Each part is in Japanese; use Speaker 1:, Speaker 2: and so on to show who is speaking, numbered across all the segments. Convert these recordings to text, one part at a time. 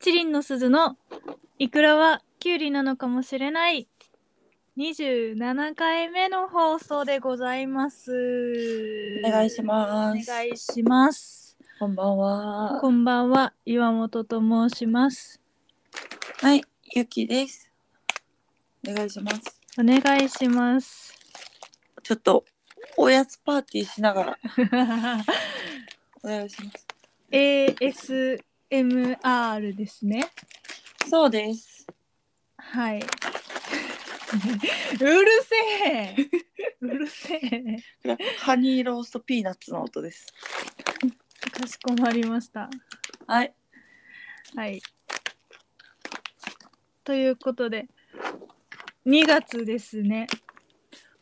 Speaker 1: チリンの鈴のイクラはキュウリなのかもしれない27回目の放送でございます。
Speaker 2: お願いしま
Speaker 1: お
Speaker 2: す。
Speaker 1: 願いします。
Speaker 2: こんばんは。
Speaker 1: こんばんは、岩本と申します。
Speaker 2: はい、ゆきです。お願いします。
Speaker 1: お願いし ます。
Speaker 2: ちょっとおやつパーティーしながらお願いしま
Speaker 1: ASMR ですね。
Speaker 2: す。そうです。
Speaker 1: はい。うるせえ。 うるせえ。
Speaker 2: これはハニーローストピーナッツの音です。
Speaker 1: かしこまりました。
Speaker 2: はい。
Speaker 1: はい。ということで、2月ですね。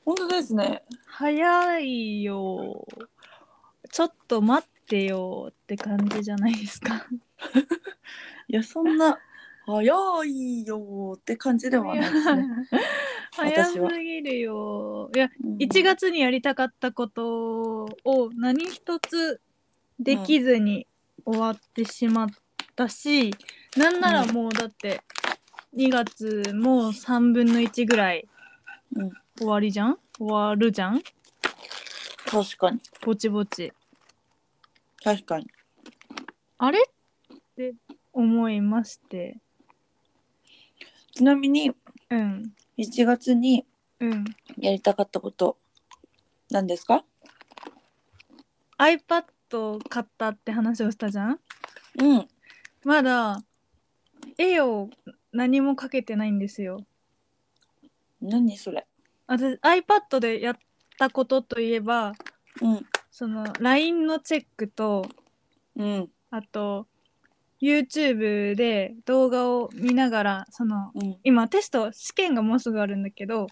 Speaker 2: 本当ですね。
Speaker 1: 早いよ。ちょっと待ってよって感じじゃないですか。
Speaker 2: いやそんな早いよーって感じでは ないですね。
Speaker 1: 早す
Speaker 2: 私は
Speaker 1: ぎるよ。いや、
Speaker 2: うん
Speaker 1: 1。月にやりたかったことを何一つできずに終わってしまったし、なんならもうだって2月もう3分の1ぐらい
Speaker 2: うん。
Speaker 1: 終わりじゃん終わるじゃん
Speaker 2: 確かに
Speaker 1: ぼちぼち。
Speaker 2: 確かに。
Speaker 1: あれって思いまして。
Speaker 2: ちなみに
Speaker 1: うん。
Speaker 2: 1月に
Speaker 1: うん。
Speaker 2: やりたかったことなんですか？
Speaker 1: iPad を買ったって話をしたじゃん
Speaker 2: うん。
Speaker 1: まだ絵を何も描けてないんですよ。
Speaker 2: 何それ？
Speaker 1: 私 iPad でやったことといえば
Speaker 2: うん
Speaker 1: その LINE のチェックと
Speaker 2: うん
Speaker 1: あと YouTube で動画を見ながらその
Speaker 2: うん
Speaker 1: 今テスト試験がもうすぐあるんだけど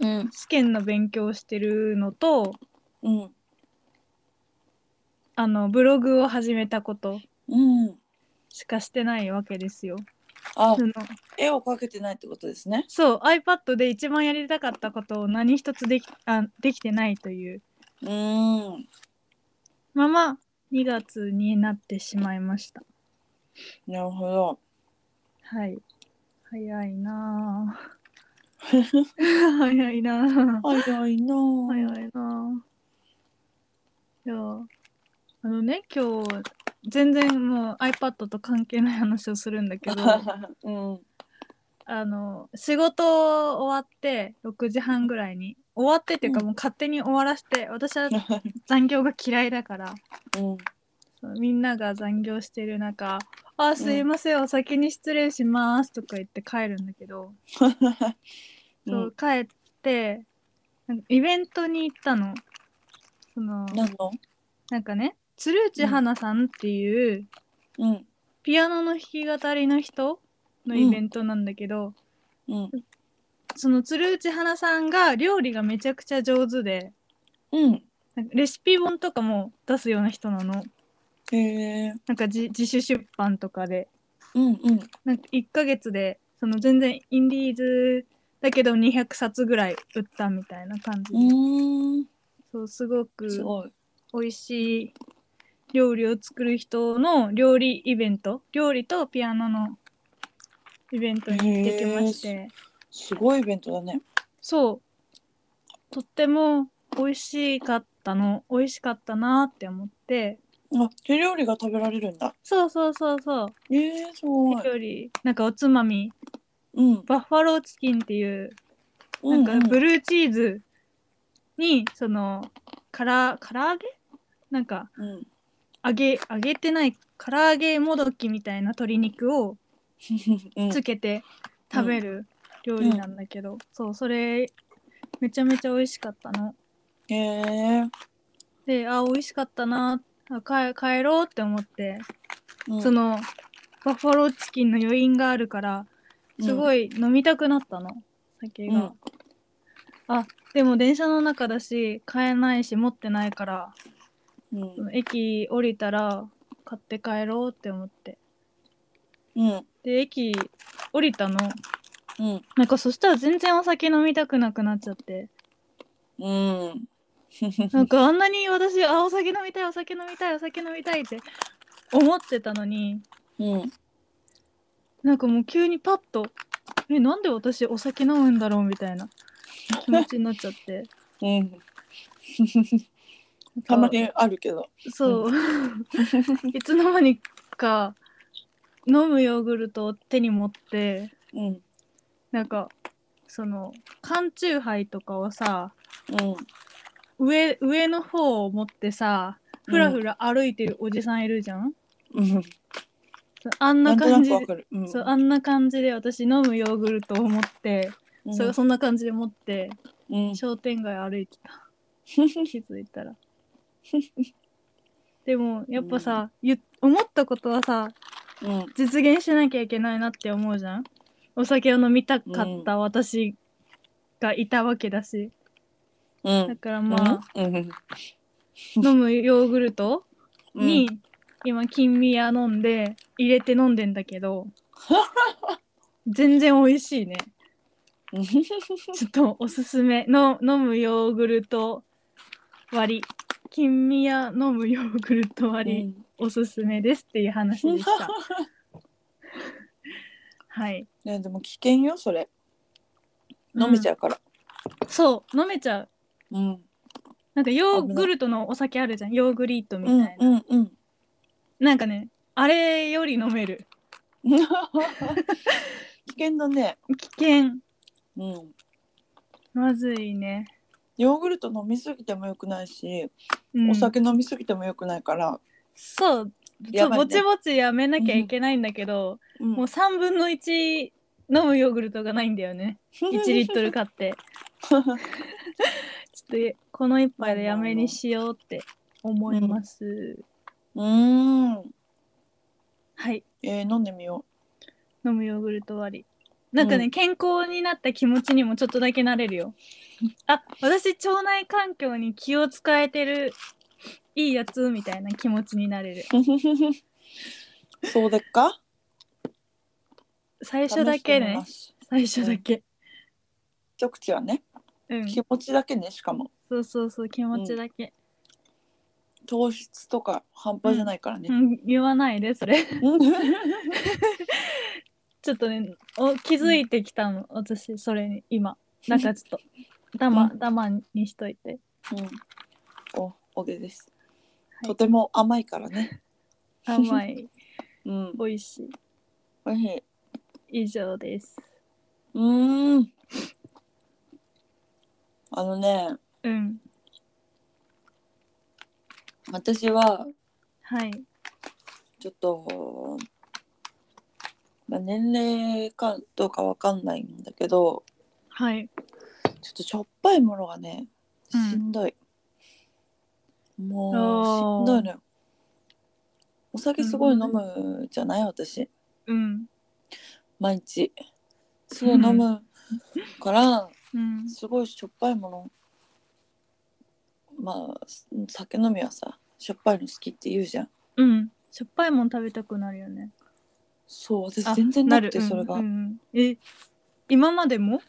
Speaker 2: うん
Speaker 1: 試験の勉強をしてるのと
Speaker 2: うん。
Speaker 1: あのブログを始めたこと
Speaker 2: うん。
Speaker 1: しかしてないわけですよ。
Speaker 2: あ
Speaker 1: そ、の
Speaker 2: 絵を描けてないってことですね。
Speaker 1: そう iPad で一番やりたかったことを何一つできあできてないという
Speaker 2: うーん。
Speaker 1: まま2月になってしまいました。
Speaker 2: なるほど。
Speaker 1: はい。早いなぁ。早いなぁ。
Speaker 2: 早いなぁ。
Speaker 1: 早いなぁ。いやぁあのね、今日、全然もう iPad と関係ない話をするんだけど、
Speaker 2: うん。
Speaker 1: あの、仕事終わって、6時半ぐらいに、終わってっていうか
Speaker 2: うん
Speaker 1: もう勝手に終わらせて、私は残業が嫌いだから、
Speaker 2: うん。
Speaker 1: そうみんなが残業してる中、あ、すいません、お先に失礼しますとか言って帰るんだけど、そう、帰ってなんかイベントに行ったのその
Speaker 2: 何の？
Speaker 1: なんかね鶴内花さんっていう
Speaker 2: うん。
Speaker 1: ピアノの弾き語りの人のイベントなんだけど、
Speaker 2: うん。
Speaker 1: その鶴内花さんが料理がめちゃくちゃ上手で
Speaker 2: うん。
Speaker 1: なんかレシピ本とかも出すような人なの
Speaker 2: へえ。
Speaker 1: なんか自自主出版とかで
Speaker 2: うんうん。
Speaker 1: なんか1ヶ月でその全然インディーズだけど200冊ぐらい売ったみたいな感じ
Speaker 2: う
Speaker 1: で、
Speaker 2: ーん。
Speaker 1: そうすごく
Speaker 2: すごい。
Speaker 1: 美味しい料理を作る人の料理イベント料理とピアノのイベントに行ってきまして、
Speaker 2: へすごいイベントだね。
Speaker 1: そうとっても美味しかったの美味しかったなって思って
Speaker 2: あ、手料理が食べられるんだ。
Speaker 1: そうそうそうそう
Speaker 2: ええ、すごい
Speaker 1: 手。料理なんかおつまみ
Speaker 2: うん。
Speaker 1: バッファローチキンっていうなん
Speaker 2: う
Speaker 1: かブルーチーズにそのからから揚げなんか
Speaker 2: うん。
Speaker 1: 揚げ揚げてない唐揚げもどきみたいな鶏肉を
Speaker 2: うん
Speaker 1: つけて食べる料理なんだけど、そうそれめちゃめちゃ美味しかったの。
Speaker 2: へえ。
Speaker 1: であ美味しかったなあ帰帰ろうって思って、
Speaker 2: うん
Speaker 1: そのバッファローチキンの余韻があるからすごい飲みたくなったの、酒が。あでも電車の中だし買えないし持ってないから
Speaker 2: うん
Speaker 1: 駅降りたら買って帰ろうって思って
Speaker 2: うん
Speaker 1: で駅降りたの
Speaker 2: うん
Speaker 1: なんかそしたら全然お酒飲みたくなくなっちゃって
Speaker 2: うん。
Speaker 1: なんかあんなに私あお酒飲みたいお酒飲みたいお酒飲みたいって思ってたのに
Speaker 2: うん。
Speaker 1: なんかもう急にパッと「えなんで私お酒飲むんだろう?」みたいな気持ちになっちゃって
Speaker 2: うん。たまにあるけど。
Speaker 1: そう、いつの間にか飲むヨーグルトを手に持って
Speaker 2: うん。
Speaker 1: なんかその缶チューハイとかをさ
Speaker 2: うん。
Speaker 1: 上上の方を持ってさふらふ
Speaker 2: ら。
Speaker 1: ら歩いてるおじさんいるじゃん、
Speaker 2: うん。
Speaker 1: そうあんな
Speaker 2: な
Speaker 1: ん
Speaker 2: とな
Speaker 1: 感じ
Speaker 2: くわかる。うん。
Speaker 1: そうあんな感じで私飲むヨーグルトを持って、
Speaker 2: うん
Speaker 1: そそんな感じで持って
Speaker 2: うん。
Speaker 1: 商店街歩いてた 気づいたらでもやっぱさ、ゆ思ったことはさ
Speaker 2: うん。
Speaker 1: 実現しなきゃいけないなって思うじゃんお酒を飲みたかった私がいたわけだし、
Speaker 2: う
Speaker 1: だ
Speaker 2: ん。
Speaker 1: からまあ、
Speaker 2: うん。
Speaker 1: 飲むヨーグルト
Speaker 2: うん
Speaker 1: に、今金宮飲んで入れて飲んでんだけ ど全然美味しいね
Speaker 2: うん
Speaker 1: ちょっとおすすめの飲むヨーグルト割り金宮飲むヨーグルト割り、おすすめですっていう話で した。はい。
Speaker 2: いやでも危険よそれ飲めちゃうから
Speaker 1: うんそう飲めちゃう。
Speaker 2: うん
Speaker 1: なんかヨーグルトのお酒あるじゃんヨーグリートみ
Speaker 2: う
Speaker 1: たいな、
Speaker 2: んうんうん
Speaker 1: なんかねあれより飲める
Speaker 2: 危険だね
Speaker 1: 危険
Speaker 2: うん
Speaker 1: まずいね。
Speaker 2: ヨーグルト飲みすぎてもよくないし、
Speaker 1: うん
Speaker 2: お酒飲みすぎてもよくないから、
Speaker 1: そうそう
Speaker 2: やばいね
Speaker 1: ぼちぼちやめなきゃいけないんだけど、
Speaker 2: うん
Speaker 1: もう3分の1飲むヨーグルトがないんだよね1リットル買っ てちょっとこの一杯でやめにしようって思います、
Speaker 2: うーん
Speaker 1: はい
Speaker 2: えー、飲んでみよ
Speaker 1: 飲むヨーグルト割りなんかね、
Speaker 2: うん
Speaker 1: 健康になった気持ちにもちょっとだけなれるよあ私腸内環境に気を使えてるいいやつみたいな気持ちになれる
Speaker 2: う そうでっか
Speaker 1: 最初だけ
Speaker 2: 試してみ
Speaker 1: ね
Speaker 2: ます
Speaker 1: 最初だけ
Speaker 2: 一口はね
Speaker 1: うん
Speaker 2: 気持ちだけねしかも
Speaker 1: そうそうそう気持ちだけ、
Speaker 2: 糖質とか半端じゃないからね、
Speaker 1: うん言わないでそれちょっとねお気づいてきたの私それに今なんかちょっとダマ
Speaker 2: う
Speaker 1: ダマにしといて
Speaker 2: うん、おおげです、
Speaker 1: い
Speaker 2: とても甘いからね
Speaker 1: 甘い
Speaker 2: うん
Speaker 1: 美味し
Speaker 2: おいしい
Speaker 1: い以上です
Speaker 2: うーんあのね
Speaker 1: うん
Speaker 2: 私は
Speaker 1: はい
Speaker 2: ちょっと、まあ、年齢かどうかわかんないんだけど
Speaker 1: はい
Speaker 2: ちょっとしょっぱいものがねし
Speaker 1: うん
Speaker 2: んどい、
Speaker 1: あ
Speaker 2: も
Speaker 1: ー
Speaker 2: うしんどいのよお酒すごい飲むじゃない私
Speaker 1: うん
Speaker 2: 毎日すごい飲むから
Speaker 1: うん
Speaker 2: すごいしょっぱいものまあ酒飲みはさしょっぱいの好きって言うじゃん
Speaker 1: うんしょっぱいもん食べたくなるよね
Speaker 2: そう私
Speaker 1: あ
Speaker 2: 全然なくて
Speaker 1: るうん
Speaker 2: それが、
Speaker 1: うんうんえ今までも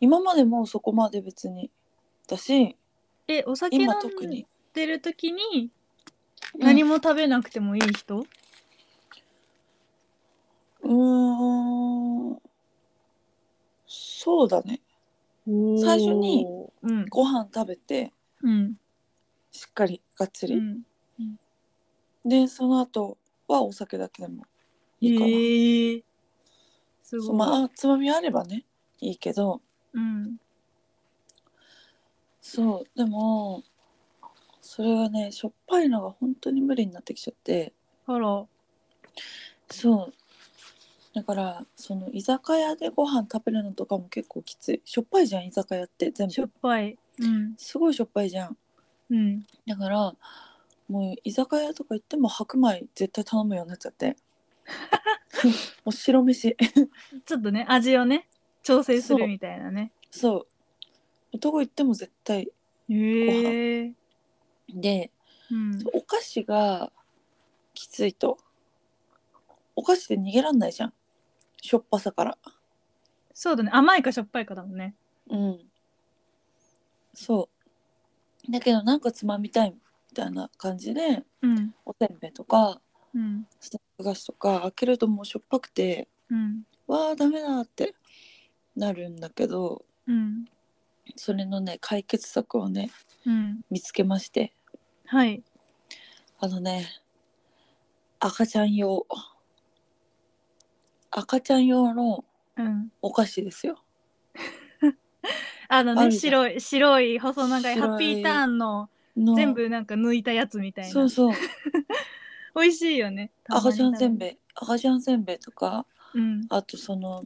Speaker 2: 今までもそこまで別にだし
Speaker 1: えお酒飲ん
Speaker 2: 今特に
Speaker 1: でる時に
Speaker 2: うん
Speaker 1: 何も食べなくてもいい人、
Speaker 2: うーんそうだね
Speaker 1: おー
Speaker 2: 最初に
Speaker 1: うん
Speaker 2: ご飯食べて
Speaker 1: うん
Speaker 2: しっかりがっつ
Speaker 1: う
Speaker 2: り、
Speaker 1: ん
Speaker 2: でその後はお酒だけでも
Speaker 1: え
Speaker 2: いいかな、
Speaker 1: ー、す
Speaker 2: そ
Speaker 1: ご
Speaker 2: う
Speaker 1: い、
Speaker 2: まあつまみあればねいいけど、
Speaker 1: うん
Speaker 2: そうでもそれがねしょっぱいのが本当に無理になってきちゃって
Speaker 1: あら
Speaker 2: そうだからその居酒屋でご飯食べるのとかも結構きついしょっぱいじゃん居酒屋って全
Speaker 1: しょっ
Speaker 2: 部
Speaker 1: ぱいうん
Speaker 2: すごいしょっぱいじゃん
Speaker 1: うん
Speaker 2: だからもう居酒屋とか行っても白米絶対頼むようになっちゃって もう白飯
Speaker 1: ちょっとね味をね調整するみたいなね
Speaker 2: そうどこ行っても絶対
Speaker 1: へえー、
Speaker 2: で
Speaker 1: うん
Speaker 2: お菓子がきついとお菓子で逃げらんないじゃんしょっぱさから
Speaker 1: そうだね甘いかしょっぱいかだもんね
Speaker 2: うんそうだけどなんかつまみたいみたいな感じで
Speaker 1: うん
Speaker 2: おせんべいとか
Speaker 1: うん
Speaker 2: スナック菓子とか開けるともうしょっぱくて
Speaker 1: うん
Speaker 2: わあダメだってなるんだけど
Speaker 1: うん
Speaker 2: それのね解決策をね
Speaker 1: うん
Speaker 2: 見つけまして
Speaker 1: はい
Speaker 2: あのね赤ちゃん用赤ちゃん用の
Speaker 1: うん
Speaker 2: お菓子ですよ
Speaker 1: あの
Speaker 2: あ
Speaker 1: ね
Speaker 2: るじゃ
Speaker 1: 白い白い細長い
Speaker 2: 白い
Speaker 1: ハッピーターンの
Speaker 2: の
Speaker 1: 全部なんか抜いたやつみたいな
Speaker 2: そうそう
Speaker 1: 美味しいよねたま
Speaker 2: 赤
Speaker 1: に
Speaker 2: ちゃんせん
Speaker 1: 食
Speaker 2: べい赤ちゃんせんべいとか
Speaker 1: べるうん
Speaker 2: あとその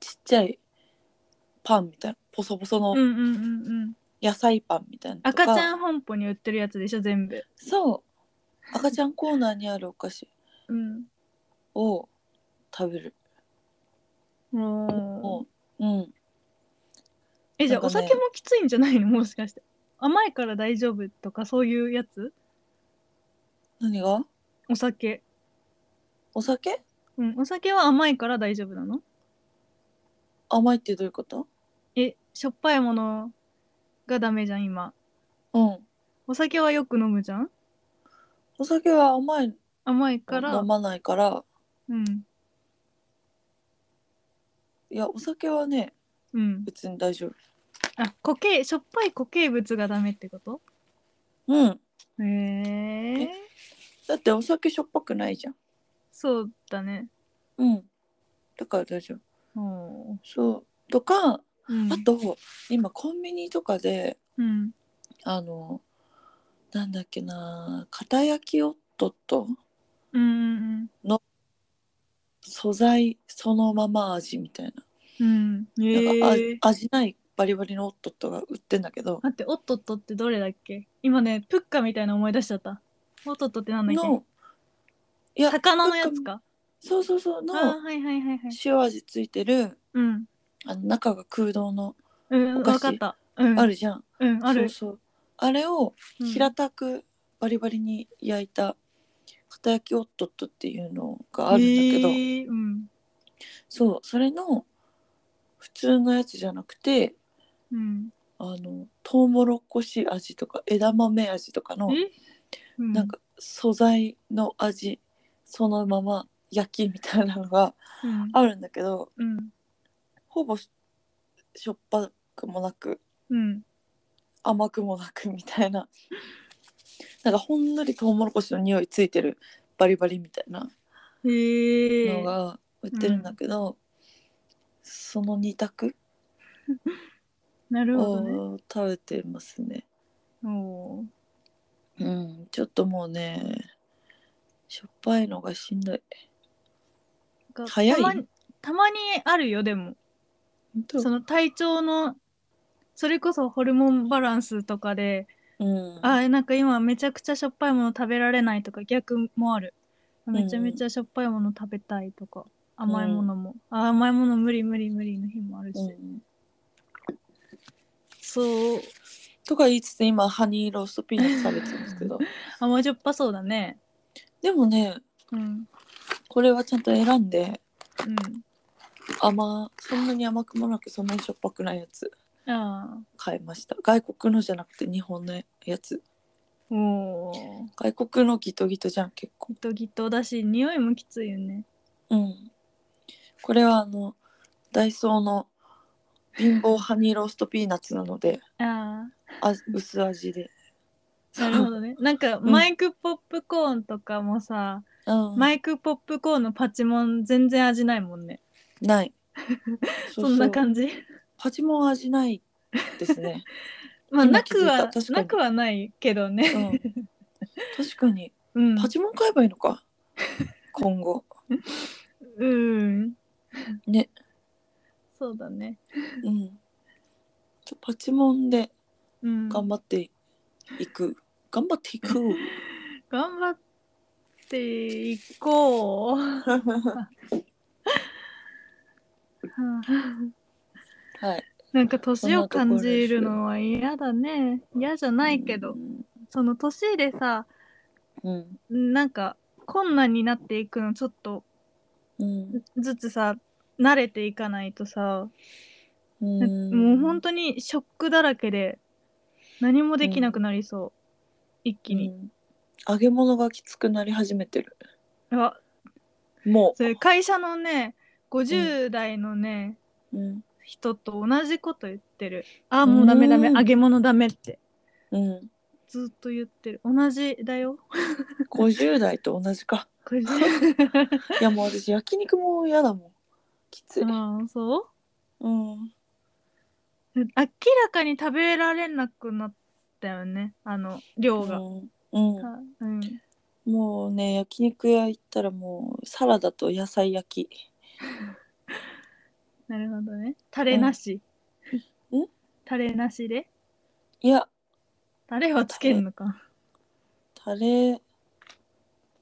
Speaker 2: ちっちゃいパンみたいなポソポソ
Speaker 1: う
Speaker 2: の
Speaker 1: んうんうんうん
Speaker 2: 野菜パンみたいなのと
Speaker 1: 赤
Speaker 2: か、
Speaker 1: ちゃん本舗に売ってるやつでしょ全部
Speaker 2: そう赤ちゃんコーナーにあるお菓子
Speaker 1: うん
Speaker 2: を食べる
Speaker 1: もう
Speaker 2: もううん
Speaker 1: えじゃあ
Speaker 2: な
Speaker 1: お
Speaker 2: んかね
Speaker 1: 酒もきついんじゃないのもしかして甘いから大丈夫とかそういうやつ
Speaker 2: 何が
Speaker 1: お酒
Speaker 2: お酒
Speaker 1: うんお酒は甘いから大丈夫なの
Speaker 2: 甘いってどういうこと
Speaker 1: えしょっぱいものがダメじゃん今
Speaker 2: うん
Speaker 1: お酒はよく飲むじゃん
Speaker 2: お酒は甘い
Speaker 1: 甘いから
Speaker 2: の飲まないから
Speaker 1: うん
Speaker 2: いやお酒はね
Speaker 1: うん
Speaker 2: 別に大丈夫
Speaker 1: あ固形しょっぱい固形物がダメってこと
Speaker 2: うん
Speaker 1: へえ
Speaker 2: だってお酒しょっぱくないじゃん
Speaker 1: そうだね
Speaker 2: うんだから大丈夫
Speaker 1: おー
Speaker 2: そうとかあ
Speaker 1: うん
Speaker 2: と今コンビニとかで
Speaker 1: うん
Speaker 2: あのなんだっけな片焼きオットと
Speaker 1: うんうん
Speaker 2: 素材そのまま味みたいな
Speaker 1: うんうん
Speaker 2: なんか味
Speaker 1: へえ
Speaker 2: 味ないバリバリのオットットが売ってんだけど
Speaker 1: 待って、おっとっとってどれだっけ今ね、プッカみたいなの思い出しちゃった。おっとっとってなんだっけ
Speaker 2: のいや
Speaker 1: 魚のやつか。
Speaker 2: そうそうそう
Speaker 1: あ
Speaker 2: の
Speaker 1: ーはいはいはいはい。
Speaker 2: 塩味ついてる
Speaker 1: うん。
Speaker 2: あの中が空洞の
Speaker 1: うん、
Speaker 2: お菓
Speaker 1: わ
Speaker 2: 子
Speaker 1: かった。うん。
Speaker 2: あるじゃん、
Speaker 1: うん、ある。
Speaker 2: そうそうあれを
Speaker 1: うん
Speaker 2: 平たくバリバリに焼いた片焼きオットットっていうのがあるんだけど、
Speaker 1: へーうん。
Speaker 2: そうそれの普通のやつじゃなくて
Speaker 1: うん。
Speaker 2: あのトウモロコシ味とか枝豆味とかの
Speaker 1: えうん
Speaker 2: なんか素材の味そのまま焼きみたいなのが
Speaker 1: うん。
Speaker 2: あるんだけど
Speaker 1: うん。
Speaker 2: ほぼししょっぱくもなく
Speaker 1: うん。
Speaker 2: 甘くもなくみたいななんかほんのりトウモロコシの匂いついてるバリバリみたいな
Speaker 1: へえ
Speaker 2: の。が売ってるんだけど、その二択
Speaker 1: なるほどね。
Speaker 2: を食べてますね。
Speaker 1: おー
Speaker 2: うん、ちょっともうねしょっぱいのがしんどい。
Speaker 1: なんか
Speaker 2: 早い
Speaker 1: たまにたまにあるよ、でも。その体調の、それこそホルモンバランスとかで、
Speaker 2: うん、
Speaker 1: あーなんか今めちゃくちゃしょっぱいもの食べられないとか逆もあるめちゃめちゃしょっぱいもの食べたいとか、甘いものも、あー甘いもの無理無理無理の日もあるし、
Speaker 2: うん、
Speaker 1: そう
Speaker 2: とか言いつつ今ハニーローストピーナッツ食べてるんですけど
Speaker 1: 甘じょっぱそうだね
Speaker 2: でもね
Speaker 1: うん
Speaker 2: これはちゃんと選んで
Speaker 1: う
Speaker 2: 甘そんなに甘くもなくそんなにしょっぱくないやつ
Speaker 1: んあ
Speaker 2: 買いました外国のじゃなくて日本のやつ
Speaker 1: あおお
Speaker 2: 外国のギトギトじゃん結構
Speaker 1: ギトギトだし匂いもきついよね
Speaker 2: うんこれはあのダイソーの貧乏ハニーローストピーナッツなので
Speaker 1: あ
Speaker 2: あ薄味で
Speaker 1: あなるほどねなんか
Speaker 2: ん
Speaker 1: マイクポップコーンとかもさ、
Speaker 2: うん、
Speaker 1: マイクポップコーンのパチモン全然味ないもんね
Speaker 2: ない
Speaker 1: そ
Speaker 2: そうんそ
Speaker 1: な
Speaker 2: う
Speaker 1: 感じ
Speaker 2: パチモン味ないです ね、
Speaker 1: まあ
Speaker 2: 今
Speaker 1: な
Speaker 2: 気づ
Speaker 1: く
Speaker 2: いた
Speaker 1: は
Speaker 2: 確かに
Speaker 1: なくはないけど
Speaker 2: う
Speaker 1: ね。
Speaker 2: ん、確かに
Speaker 1: うん。
Speaker 2: パチモン買えばいいのか今後
Speaker 1: うん。
Speaker 2: ね
Speaker 1: そうだね。
Speaker 2: うんちょパチモンで
Speaker 1: うん。
Speaker 2: 頑張っていく、頑張っていく
Speaker 1: 頑張ってい こう。はあ
Speaker 2: はい
Speaker 1: なんか年を感じるのは嫌だね。嫌じゃないけど、その年でさ、
Speaker 2: うん
Speaker 1: なんか困難になっていくのちょっと
Speaker 2: うん
Speaker 1: ずつさ、慣れていかないとさ、
Speaker 2: う
Speaker 1: なんんかもう本当にショックだらけで何もできなくなりそう、一気に、
Speaker 2: うん揚げ物がきつくなり始めてる
Speaker 1: あ
Speaker 2: も
Speaker 1: それ会社のね50代のね、
Speaker 2: う、うん
Speaker 1: 人と同じこと言ってるあーもうダメダメ
Speaker 2: うん
Speaker 1: 揚げ物ダメって
Speaker 2: うん、
Speaker 1: ずっと言ってる同じだよ
Speaker 2: 50代と同じか
Speaker 1: 50
Speaker 2: いやもう私焼肉も嫌だもんきつい、
Speaker 1: あーそう
Speaker 2: うん、
Speaker 1: 明らかに食べられなくなったよねあの量が、
Speaker 2: うんうん
Speaker 1: あうん、
Speaker 2: もうね焼肉屋行ったらもうサラダと野菜焼き
Speaker 1: なるほどねタレなし、
Speaker 2: うん
Speaker 1: タレなしで
Speaker 2: いや
Speaker 1: タレはつけるのか
Speaker 2: タレ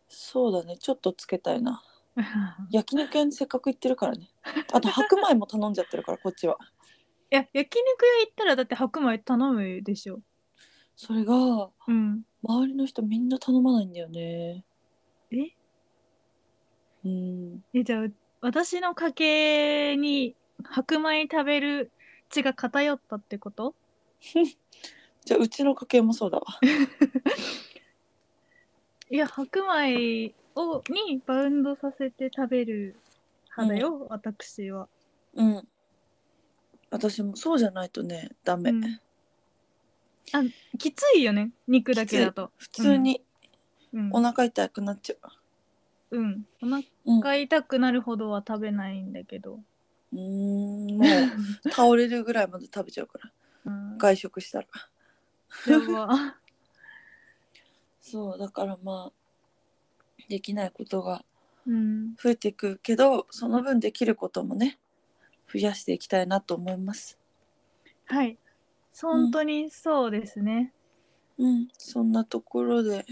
Speaker 2: そうだねちょっとつけたいな
Speaker 1: い
Speaker 2: 焼肉屋にせっかく行ってるからねあと白米も頼んじゃってるからこっちは
Speaker 1: や焼肉屋行ったらだって白米頼むでしょ
Speaker 2: それが
Speaker 1: うん
Speaker 2: 周りの人みんな頼まないんだよね
Speaker 1: え
Speaker 2: うん
Speaker 1: えじゃあ私の家系に白米食べる血が偏ったってこと
Speaker 2: じゃあうちの家系もそうだわ
Speaker 1: いや白米をにバウンドさせて食べる派だよ、私は、
Speaker 2: うん私もそうじゃないとねダメ、
Speaker 1: うんあきついよね肉だけだと
Speaker 2: 普通に
Speaker 1: うん
Speaker 2: お腹痛くなっちゃ
Speaker 1: うん、
Speaker 2: ううん
Speaker 1: お腹痛くなるほどは食べないんだけ ど、
Speaker 2: うーんもう倒れるぐらいまで食べちゃうから
Speaker 1: うん、
Speaker 2: 外食したら
Speaker 1: やば
Speaker 2: そうだからまあできないことが
Speaker 1: うん
Speaker 2: 増えていくけどその分できることもね増やしていきたいなと思います
Speaker 1: はい本当にそうですね、
Speaker 2: うんそんなところで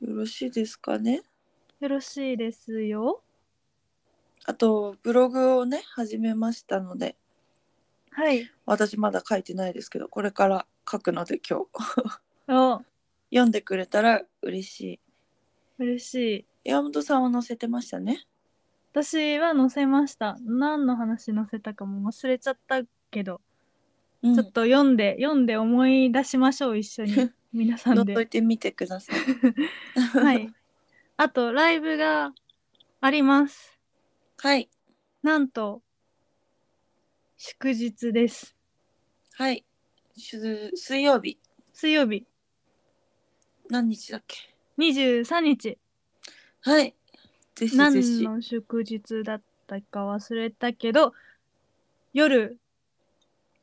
Speaker 2: よろしいですかね
Speaker 1: よろしいですよ
Speaker 2: あとブログをね始めましたので
Speaker 1: はい
Speaker 2: 私まだ書いてないですけどこれから書くので今日
Speaker 1: お
Speaker 2: 読んでくれたら嬉しい
Speaker 1: 嬉しい
Speaker 2: 山本さんは載せてましたね
Speaker 1: 私は載せました何の話載せたかも忘れちゃったけど、
Speaker 2: うん
Speaker 1: ちょっと読んで読んで思い出しましょう一緒 に皆さ
Speaker 2: 載
Speaker 1: ん
Speaker 2: っと
Speaker 1: で
Speaker 2: いてみてください
Speaker 1: はいあとライブがあります
Speaker 2: はい
Speaker 1: なんと祝日です
Speaker 2: はいしゅ水曜日
Speaker 1: 水曜日
Speaker 2: 何日だっけ
Speaker 1: 23日
Speaker 2: はいぜひぜ
Speaker 1: 何
Speaker 2: ひ
Speaker 1: の祝日だったか忘れたけど夜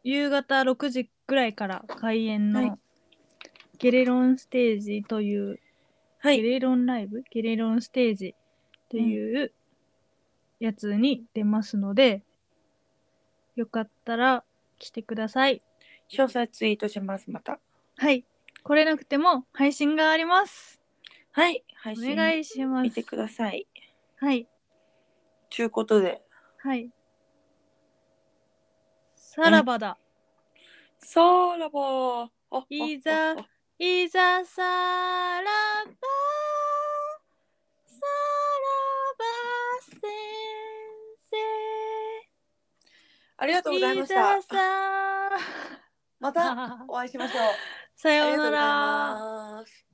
Speaker 1: 夕方6時ぐらいから開演
Speaker 2: はい
Speaker 1: のゲレロンステージという、
Speaker 2: は
Speaker 1: ゲレロンライブゲレロンステージというやつに出ますので、よかったら来てください
Speaker 2: 詳細ツイートしますまた
Speaker 1: はい来れなくても配信があります
Speaker 2: はい配
Speaker 1: お
Speaker 2: 信
Speaker 1: 願いしま
Speaker 2: 見
Speaker 1: す
Speaker 2: てください
Speaker 1: はい
Speaker 2: ちゅうことで
Speaker 1: はい。さらばだ。
Speaker 2: そうラボー
Speaker 1: いざいざさらば、さらば先
Speaker 2: ありがと
Speaker 1: 生。
Speaker 2: うございま
Speaker 1: い
Speaker 2: した
Speaker 1: ざさ
Speaker 2: またお会いしましょう
Speaker 1: さ
Speaker 2: あり
Speaker 1: よう
Speaker 2: がと
Speaker 1: な
Speaker 2: うござ
Speaker 1: ら。
Speaker 2: います